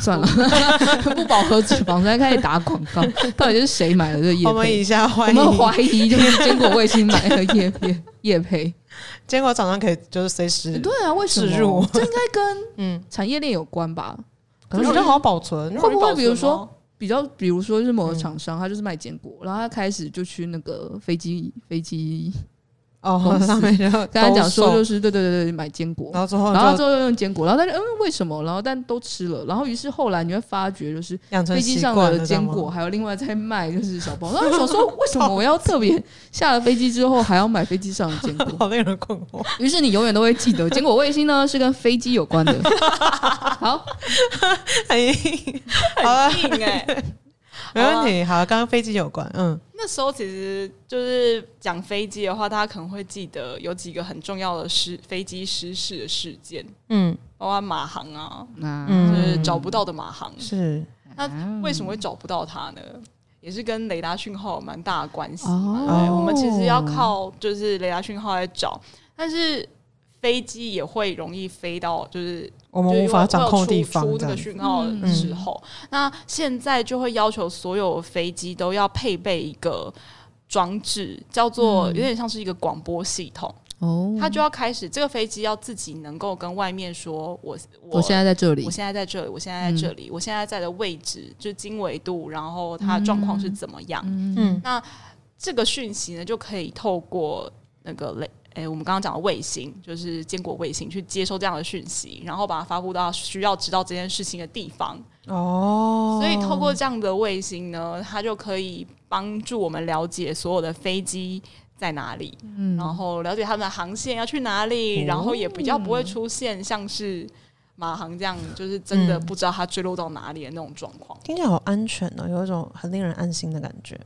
C: 算了，不饱和脂肪，现在开始打广告，到底是谁买了这叶
A: 我们
C: 配？
A: 以下
C: 我
A: 欢
C: 们
A: 迎
C: 怀疑就是坚果卫星买了叶配叶配。
A: 坚果厂商可以就是随时
C: 对啊，为什么？
A: 植入
C: 这应该跟
A: 嗯，
C: 产业链有关吧？可
A: 可是
C: 能
A: 好保存，
C: 会不会比如
B: 容易保
C: 说
B: 存吗
C: 比较，比如说是某个
A: 嗯
C: 厂商，他就是卖坚果，然后他开始就去那个飞机飞机，
A: 哦
C: 公，司
A: 上面就
C: 跟他讲说
A: 兜售哦
C: 就是对对对对买坚果，
A: 然后之后
C: 然后
A: 就
C: 之后又用坚果，然后但是嗯为什么？然后但都吃了，然后于是后来你会发觉就是
A: 养成
C: 飞机
A: 习
C: 上
A: 惯了
C: 的坚果，
A: 知道吗
C: 还有另外在卖就是小包，然后我想说为什么我要特别下了飞机之后还要买飞机上的坚 果？
A: 好令人困惑。
C: 于是你永远都会记得坚果卫星呢是跟飞机有关 的。好，
A: 哎，好了，
B: 很硬哎、
A: 没问题。好，刚刚飞机有关，嗯，
B: 那时候其实就是讲飞机的话，大家可能会记得有几个很重要的失飞机失事的事件，
A: 嗯
B: 包括马航啊，
C: 那
A: 嗯
B: 就是找不到的马航。啊
A: 是
B: 那为什么会找不到它呢？也是跟雷达讯号有蛮大的关系。对，
C: 哦，
B: 我们其实要靠就是雷达讯号来找，但是飞机也会容易飞到就是
A: 我们无法掌控的地方
B: 就是因为我有出出
A: 这
B: 那
A: 样
B: 个讯号的时候，那现在就会要求所有飞机都要配备一个装置，叫做有点像是一个广播系统，
C: 哦，
B: 它就要开始这个飞机要自己能够跟外面说我我
C: 我现在在这里嗯
B: 我，现在在这里，我现在在这里，我现在在的位置就是经纬度，然后它的状况是怎么样？
A: 嗯
B: 这个讯息呢，就可以透过那个类，诶、我们刚刚讲的卫星，就是坚果卫星去接收这样的讯息，然后把它发布到需要知道这件事情的地方。
A: 哦，
B: 所以透过这样的卫星呢，它就可以帮助我们了解所有的飞机。在哪里？然后了解他们的航线要去哪里，
A: 嗯哦
B: 然后也比较不会出现像是马航这样，就是真的不知道它坠落到哪里的那种状况。
A: 听起来好安全哦，有一种很令人安心的感觉。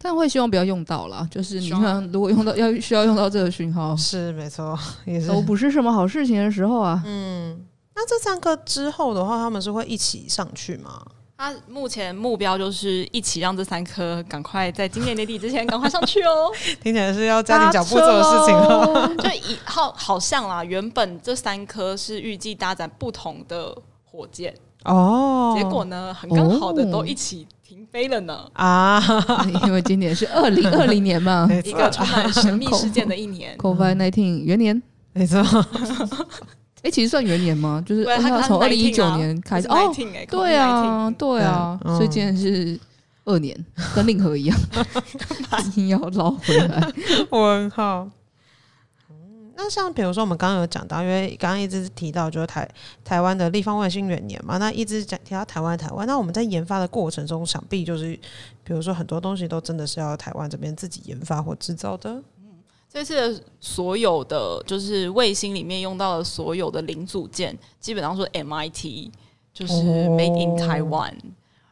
C: 但会希望不要用到啦。就是你
B: 希望
C: 看，如果用到要需要用到这个讯号，
A: 是没错，也是
C: 都不是什么好事情的时候啊。
A: 嗯。那这三个之后的话，他们是会一起上去吗？
B: 他目前目标就是一起让这三颗赶快在今年年底之前赶快上去哦。
A: 听起来是要加紧脚步做的事情了。
C: 了。
B: 就以好好像啦，原本这三颗是预计搭载不同的火箭，
A: 哦，
B: 结果呢，很刚好的都一起停飞了呢。
C: 哦
A: 啊，
C: 因为今年是二零二零年 嘛，
A: 没
B: 一
A: 错
B: 个充满神秘事件的一年
C: ，COVID nineteen 元年。
A: 没错，
C: 哎，其实算元年吗？就是
B: 对，
C: 呃
B: 它可
C: 它
B: 能
C: 从二零一九
B: 19啊
C: 年开始
B: 不是
C: 哦，
B: 19欸
C: 对啊，，对啊，
A: 嗯
C: 所以今年是二年，跟令和一样，一定要捞回来。
A: 问号。嗯那像比如说我们刚刚有讲到，因为刚刚一直提到就是台台湾的立方卫星元年嘛，那一直讲提到台湾台湾，那我们在研发的过程中，想必就是比如说很多东西都真的是要台湾这边自己研发或制造的。
B: 这次的所有的就是卫星里面用到的所有的零组件，基本上说 MIT 就是 Made in
A: 哦
B: Taiwan。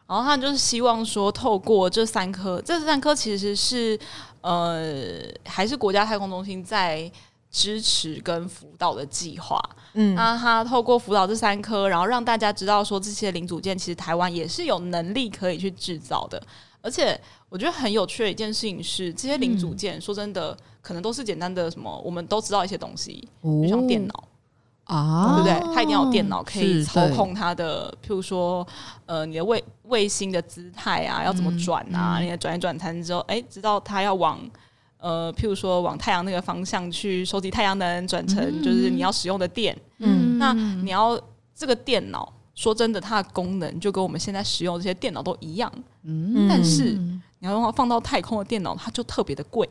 B: 然后他们就是希望说，透过这三颗，这三颗其实是呃，还是国家太空中心在支持跟辅导的计划。
A: 嗯，
B: 那他透过辅导这三颗，然后让大家知道说这些零组件其实台湾也是有能力可以去制造的。而且我觉得很有趣的一件事情是，这些零
A: 嗯
B: 组件、说真的，可能都是简单的什么，我们都知道一些东西，
C: 哦
B: 就像电脑，
C: 啊，
B: 对不对？它一定要有电脑可以
C: 是
B: 操控它的，譬如说，呃，你的卫卫星的姿态啊，要怎么转啊，
C: 嗯
B: 你的转一转才能知道，哎，知道它要往。呃，譬如说往太阳那个方向去收集太阳能，转
C: 嗯
B: 成就是你要使用的电，
A: 嗯
B: 那你要这个电脑，说真的，它的功能就跟我们现在使用的这些电脑都一样，
C: 嗯
B: 但是你要用它放到太空的电脑，它就特别的贵。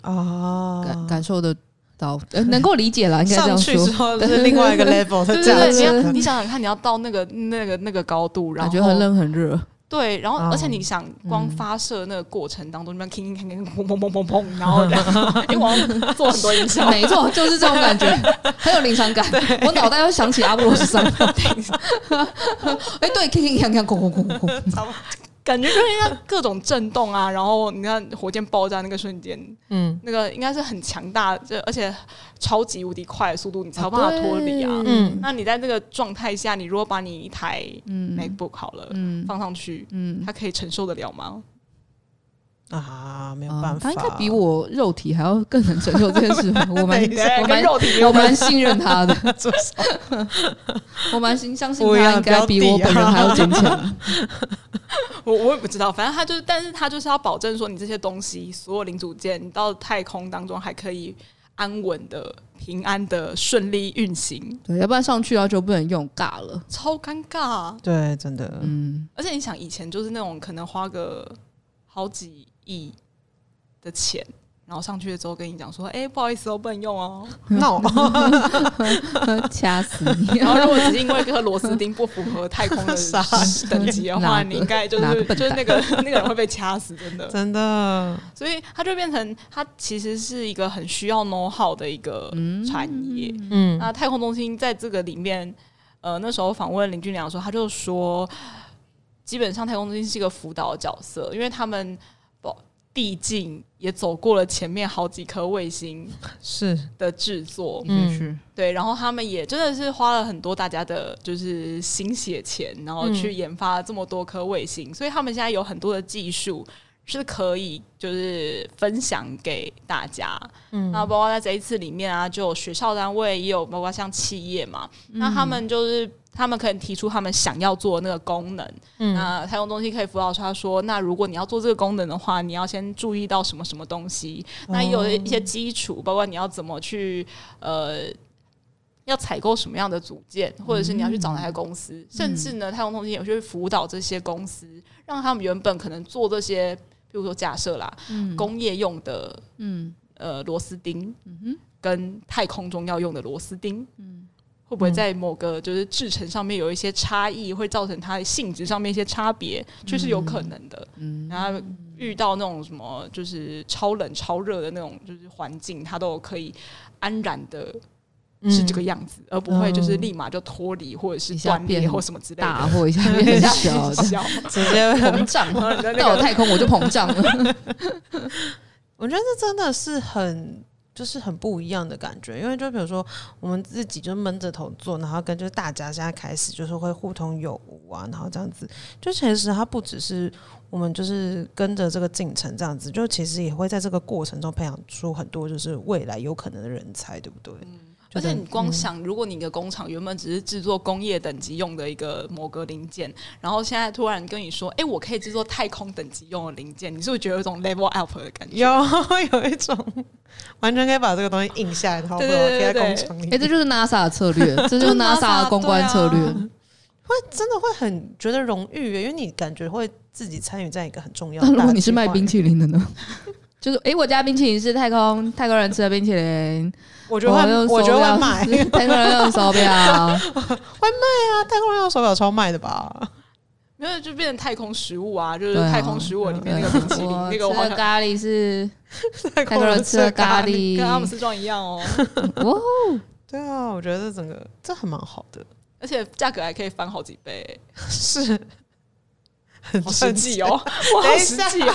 A: 啊，
C: 感感受得到，呃能够理解啦，应该这
A: 上
C: 样
A: 去之后
C: 说，
A: 是另外一个 level 的
B: 对
A: 价
B: 对对，你
A: 值
B: 要。你想想看，你要到那个那个那个高度，然
C: 嗯感
B: 后
C: 觉很冷很热，
B: 对，然后
A: 哦
B: 而且你想，光
C: 嗯
B: 发射那个过程当中，你们听听看看，砰砰砰砰砰，然后因为我要做很多音效，
C: 没错，就是这种感觉，很有临场感。我脑袋又想起阿波罗十三号。哎，对，看看看看，空空空空。
B: 感觉就是像各种震动啊，然后你看火箭爆炸那个瞬间，
D: 嗯
B: 那个应该是很强大，这而且超级无敌快的速度，你才有办法脱离啊。
C: 对
D: 嗯
B: 那你在这个状态下，你如果把你一台 MacBook 好了、
C: 嗯
B: 放上去，
C: 嗯，
B: 它可以承受得了吗？
A: 啊，没有
C: 啊
A: 办法，
C: 他应该比我肉体还要更能承受这件事吧？我蛮
B: 对
C: 我
B: 跟
C: 蛮
B: 肉体
C: 我
B: 有关
C: 蛮
B: 系。
C: 信任他的，我蛮信相信他应该比我本人还要坚强。
B: 我我也不知道，反正他就是，但是他就是要保证说，你这些东西所有零组件，你到太空当中还可以安稳的、平安的、顺利运行，
C: 对，要不然上去然啊后就不能用，尬 了。
B: 超尴尬啊、
A: 对，真的，
C: 嗯，
B: 而且你想，以前就是那种可能花个好几亿的钱，然后上去了之后跟你讲说，哎、不好意思哦，不能用 哦。
A: 那我
C: 掐死你！
B: 然后如果只是因为这个螺丝钉不符合太 空的
A: 傻
B: 等级的话，
C: 哪个
B: 你应该就
C: 哪个
B: 是
C: 笨
B: 就是
C: 蛋
B: 那个那个人会被掐死，真的。
A: 真的，
B: 所以它就变成它其实是一个很需要 know how 的一个产业。
D: 嗯
B: 那太空中心在这个里面，呃，那时候访问林俊良的时候，他就说，基本上太空中心是一个辅导角色，因为他们不毕竟也走过了前面好几颗卫星
A: 是
B: 的制作，
D: 嗯
C: 是
B: 对，然后他们也真的是花了很多大家的就是心血钱，然后去
D: 嗯
B: 研发这么多颗卫星，所以他们现在有很多的技术是可以就是分享给大家。
D: 嗯
B: 那包括在这一次里面啊，就有学校单位，也有包括像企业嘛，那
D: 嗯
B: 他们就是。他们可以提出他们想要做的那个功能，
D: 嗯
B: 那太空中心可以辅导他说，那如果你要做这个功能的话，你要先注意到什么什么东西，那也
D: 哦
B: 有一些基础，包括你要怎么去呃，要采购什么样的组件，或者是你要去找哪些公司，甚至呢，太空中心也去辅导这些公司，让他们原本可能做这些，比如说假设啦，工业用的
C: 嗯
B: 呃螺丝钉，跟太空中要用的螺丝钉，
C: 嗯
B: 会不会在某个就是制成上面有一些差异，会造成它的性质上面一些差别，这是有可能的。
C: 嗯
B: 然后遇到那种什么就是超冷超热的那种就是环境，它都可以安然的是这个样子，而不会就是立马就脱离或者是
C: 嗯一下
B: 断裂
C: 变
B: 或什么之类的。
C: 大或一下变小，
B: 笑，
A: 直接
C: 膨胀。
B: 然后你的那
C: 到了
B: 个
C: 太空我就膨胀了。
A: 我觉得这真的是很。就是很不一样的感觉，因为就比如说我们自己就闷着头做，然后跟就是大家现在开始就是会互通有无啊，然后这样子，就其实它不只是我们就是跟着这个进程这样子，就其实也会在这个过程中培养出很多就是未来有可能的人才，对不对？
B: 而且你光
A: 嗯
B: 想，如果你的工厂原本只是制作工业等级用的一个某个零件，然后现在突然跟你说，哎、我可以制作太空等级用的零件，你是不是觉得有一种 level up 的感 觉？
A: 有有一种完全可以把这个东西印下来，然后
B: 对对
A: 贴在
B: 对
A: 工
B: 对
A: 厂里
C: 哎，这就是 NASA 的策略，这就是 NASA 的公关策略。
A: 真的会很觉得荣誉耶，因为你感觉会自己参与在一个很重要的
C: 那
A: 大计划里。
C: 如果你是卖冰淇淋的呢？就是哎，我家冰淇淋是太空太空人吃的冰淇淋，
A: 我觉得会，
C: 用
A: 我觉得
C: 手表
A: 会卖。
C: 是太空人用手表。
A: 那太啊空人用手表超卖的吧？
B: 没有就变成太空食物啊，就是
C: 对啊
B: 太空食物里面那
A: 啊
B: 个冰淇淋，那个我啊
C: 我
B: 好
C: 吃
B: 像
C: 的咖喱是
A: 太
C: 太空人吃的咖，喱
B: 跟。阿姆斯壮一样哦，
C: 哦，
A: 对啊，我觉得这整个这还蛮好的，
B: 而且价格还可以翻好几 倍，
A: 是很
B: 好实
A: 神
B: 际
A: 奇
B: 哦，。 哇，
A: 等
B: 好
A: 一
B: 实
A: 下
B: 际哦。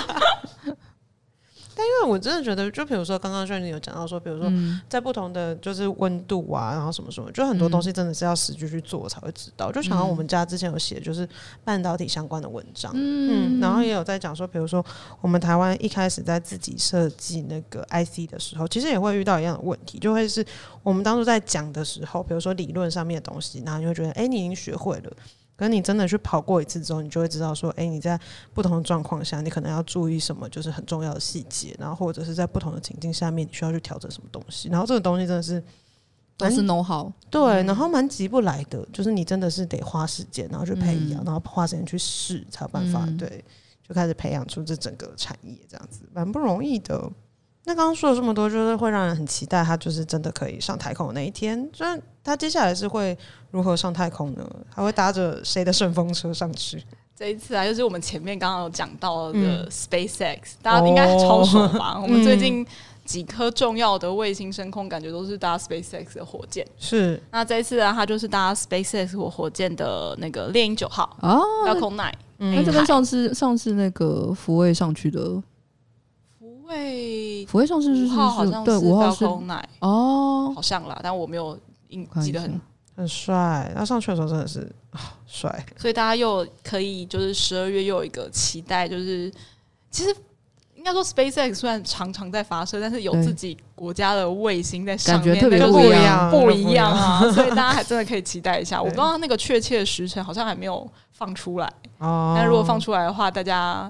A: 因为我真的觉得，就比如说刚刚轩你有讲到说，比如说
C: 嗯
A: 在不同的就是温度啊，然后什么什么，就很多东西真的是要实际去做才会知道。就想到我们家之前有写就是半导体相关的文章，嗯，然后也有在讲说，比如说我们台湾一开始在自己设计那个 IC 的时候，其实也会遇到一样的问题，就会是我们当初在讲的时候，比如说理论上面的东西，然后你会觉得，哎、你已经学会了。可是你真的去跑过一次之后，你就会知道说，哎、你在不同的状况下，你可能要注意什么，就是很重要的细节，然后或者是在不同的情境下面，你需要去调整什么东西。然后这个东西真的是
C: 都是 know how。
A: 对，然后蛮急不来的，就是你真的是得花时间，然后去培养，然后花时间去试，才有办法、
C: 嗯
A: 对，就开始培养出这整个产业这样子，蛮不容易的。那刚刚说了这么多，就是会让人很期待，他就是真的可以上太空的那一天。虽然他接下来是会如何上太空呢？还会搭着谁的顺风车上去？
B: 这一次啊，就是我们前面刚刚有讲到
C: 嗯
B: 的 SpaceX，、大家应该超熟
C: 哦
B: 吧？我们最近几颗重要的卫星升空，感觉都是搭 SpaceX 的火箭。
A: 是
B: 那这一次啊，它就是搭 SpaceX 火火箭的那个猎鹰九号
C: 啊，
B: Falcon Nine，
C: 那就
B: 嗯
C: 跟上次上次那个福卫上去的
B: 不会
C: 福卫上去是
B: 五
C: 是
B: 号好
C: 是
B: 像
C: 对五号是
B: Falcon Nine，
C: 哦，
B: 好像啦，但我没有印
C: 看一
B: 记得很
C: 下，
A: 很帅，他上去的时候真的是啊帅，
B: 所以大家又可以就是十二月又有一个期待，就是其实应该说 SpaceX 虽然常常在发射，但是有
C: 对
B: 自己国家的卫星在上
C: 感
B: 面，
C: 觉特别
B: 那个
C: 不一
A: 样
B: 不
A: 不
B: 一
A: 一
B: 样
A: 样
B: 啊， 所以大家还真的可以期待一下。我不
A: 对
B: 知道那个确切的时辰好像还没有放出来，
A: 哦。
B: 但如果放出来的话，大家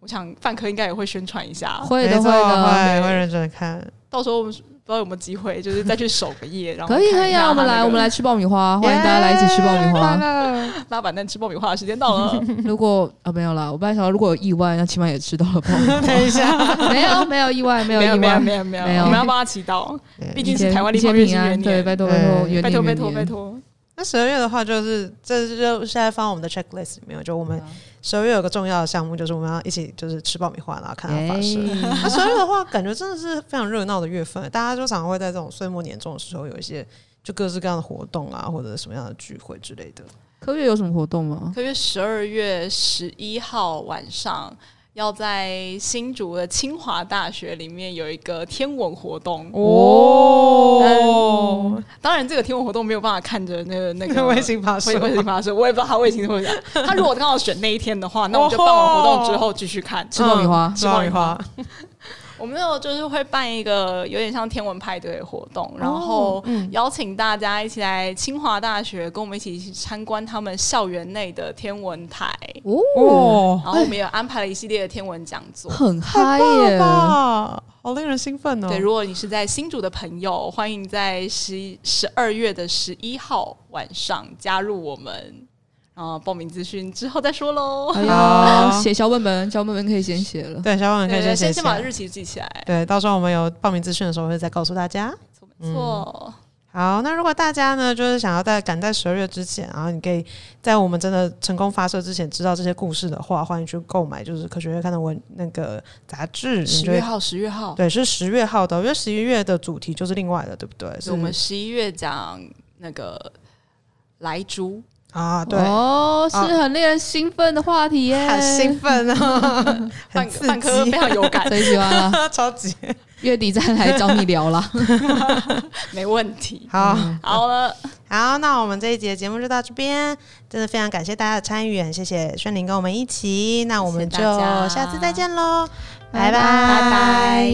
B: 我想范科应该也会宣传一下，
C: 会
A: 没
C: 的
A: 错
C: 的，
A: 会
B: 对
A: 会认真看，
B: 到时候我们不知道有没有机会，就是再去守个 夜，然后
C: 可以可
B: 看一
C: 以
B: 下
C: 啊，我们
B: 它那
C: 来
B: 个
C: 我们来吃爆米花，欢迎大家来一起吃爆米花。
A: 花。
B: 拉板凳吃爆米花的时间到了。
C: 如果啊没有啦，我本来想到如果有意外，那起码也吃到了爆米
A: 等一下，
C: 花。 没有没有意外，没有
B: 没有
C: 意
B: 没有
C: 外，
B: 没有没有，嗯
C: 没有
B: 我们要帮他祈祷，毕竟
C: 一
B: 是
C: 切
B: 台湾立
C: 一切
B: 法院是
C: 平
B: 元
C: 安，对，
B: 年，
C: 拜托拜托，
A: 对
C: 元
B: 拜
C: 年
B: 托拜
C: 元
B: 托拜
C: 年。
B: 托，
A: 那十二月的话，就是这就现在放我们的 checklist 里面，就我们十二月有个重要的项目，就是我们要一起就是吃爆米花，然后看它发射。那十二月的话，感觉真的是非常热闹的月份，大家就常常会在这种岁末年终的时候有一些就各式各样的活动啊，或者什么样的聚会之类的。
C: 科月有什么活动吗？
B: 特别十二月十一号晚上。要在新竹的清华大学里面有一个天文活动，
A: 哦，
B: 当然这个天文活动没有办法看着那 个那
A: 那
B: 个
A: 卫星发射
B: 卫，卫星发哎射，我也不知道他卫星会怎样。 他如果刚好选那一天的话，那我们就办完活动之后继续看。
C: 吃爆米花
A: 嗯吃爆米花，
B: 我们那时候就是会办一个有点像天文派对的活动，然
A: 哦
B: 后
A: 嗯
B: 邀请大家一起来清华大学跟我们一起去参观他们校园内的天文台，
C: 哦，，
B: 然后我们也安排了一系列的天文讲
A: 哦
B: 座。
C: 很
A: 太
C: 嗨
A: 棒
C: 耶
A: 了！吧，好令人兴奋哦！
B: 对，如果你是在新竹的朋友，欢迎在十十二月的十一号晚上加入我们。然后报名资讯之后再说喽。
C: 哎
A: 好
C: 呀，写小本本，小本本可以先写了。
A: 对，小婉可以
B: 对，
A: 先
B: 先
A: 写
B: 先
A: 起
B: 把
A: 来
B: 日期记起来。
A: 对，到时候我们有报名资讯的时候会再告诉大家。
B: 没错，没错。
A: 好，那如果大家呢，就是想要在赶在十二月之前，然后你可以在我们真的成功发射之前知道这些故事的话，欢迎去购买就是科学月刊的文那个杂志。嗯你
B: 十
A: 就会
B: 月号，十月号，
A: 对，是十月号的，因为十一月的主题就是另外的，对不对？
B: 所
A: 是
B: 以我们十一月讲那个莱猪，
A: 啊，对，
C: 哦，是
A: 啊
C: 很令人兴奋的话题耶，
A: 很兴奋 啊，
B: 范
A: 很刺
B: 范科
A: 激，
B: 非常有感，
C: 最喜欢了。
A: 超级
B: 嗯
C: 月底再来找你聊啦。
B: 没问题。
A: 好。
B: 好了，
A: 好，那我们这一节节目就到这边，真的非常感谢大家的参与，很谢谢轩林跟我们一起，那我们就
B: 谢谢大家
A: 下次再见喽，拜拜
C: 拜拜。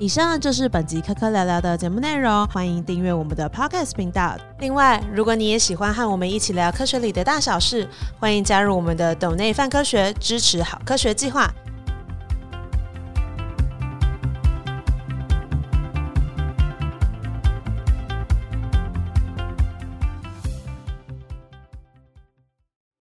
A: 以上就是本集科科聊聊的节目内容，欢迎订阅我们的 Podcast 频道。另外，如果你也喜欢和我们一起聊科学里的大小事，欢迎加入我们的抖内泛科学支持好科学计划。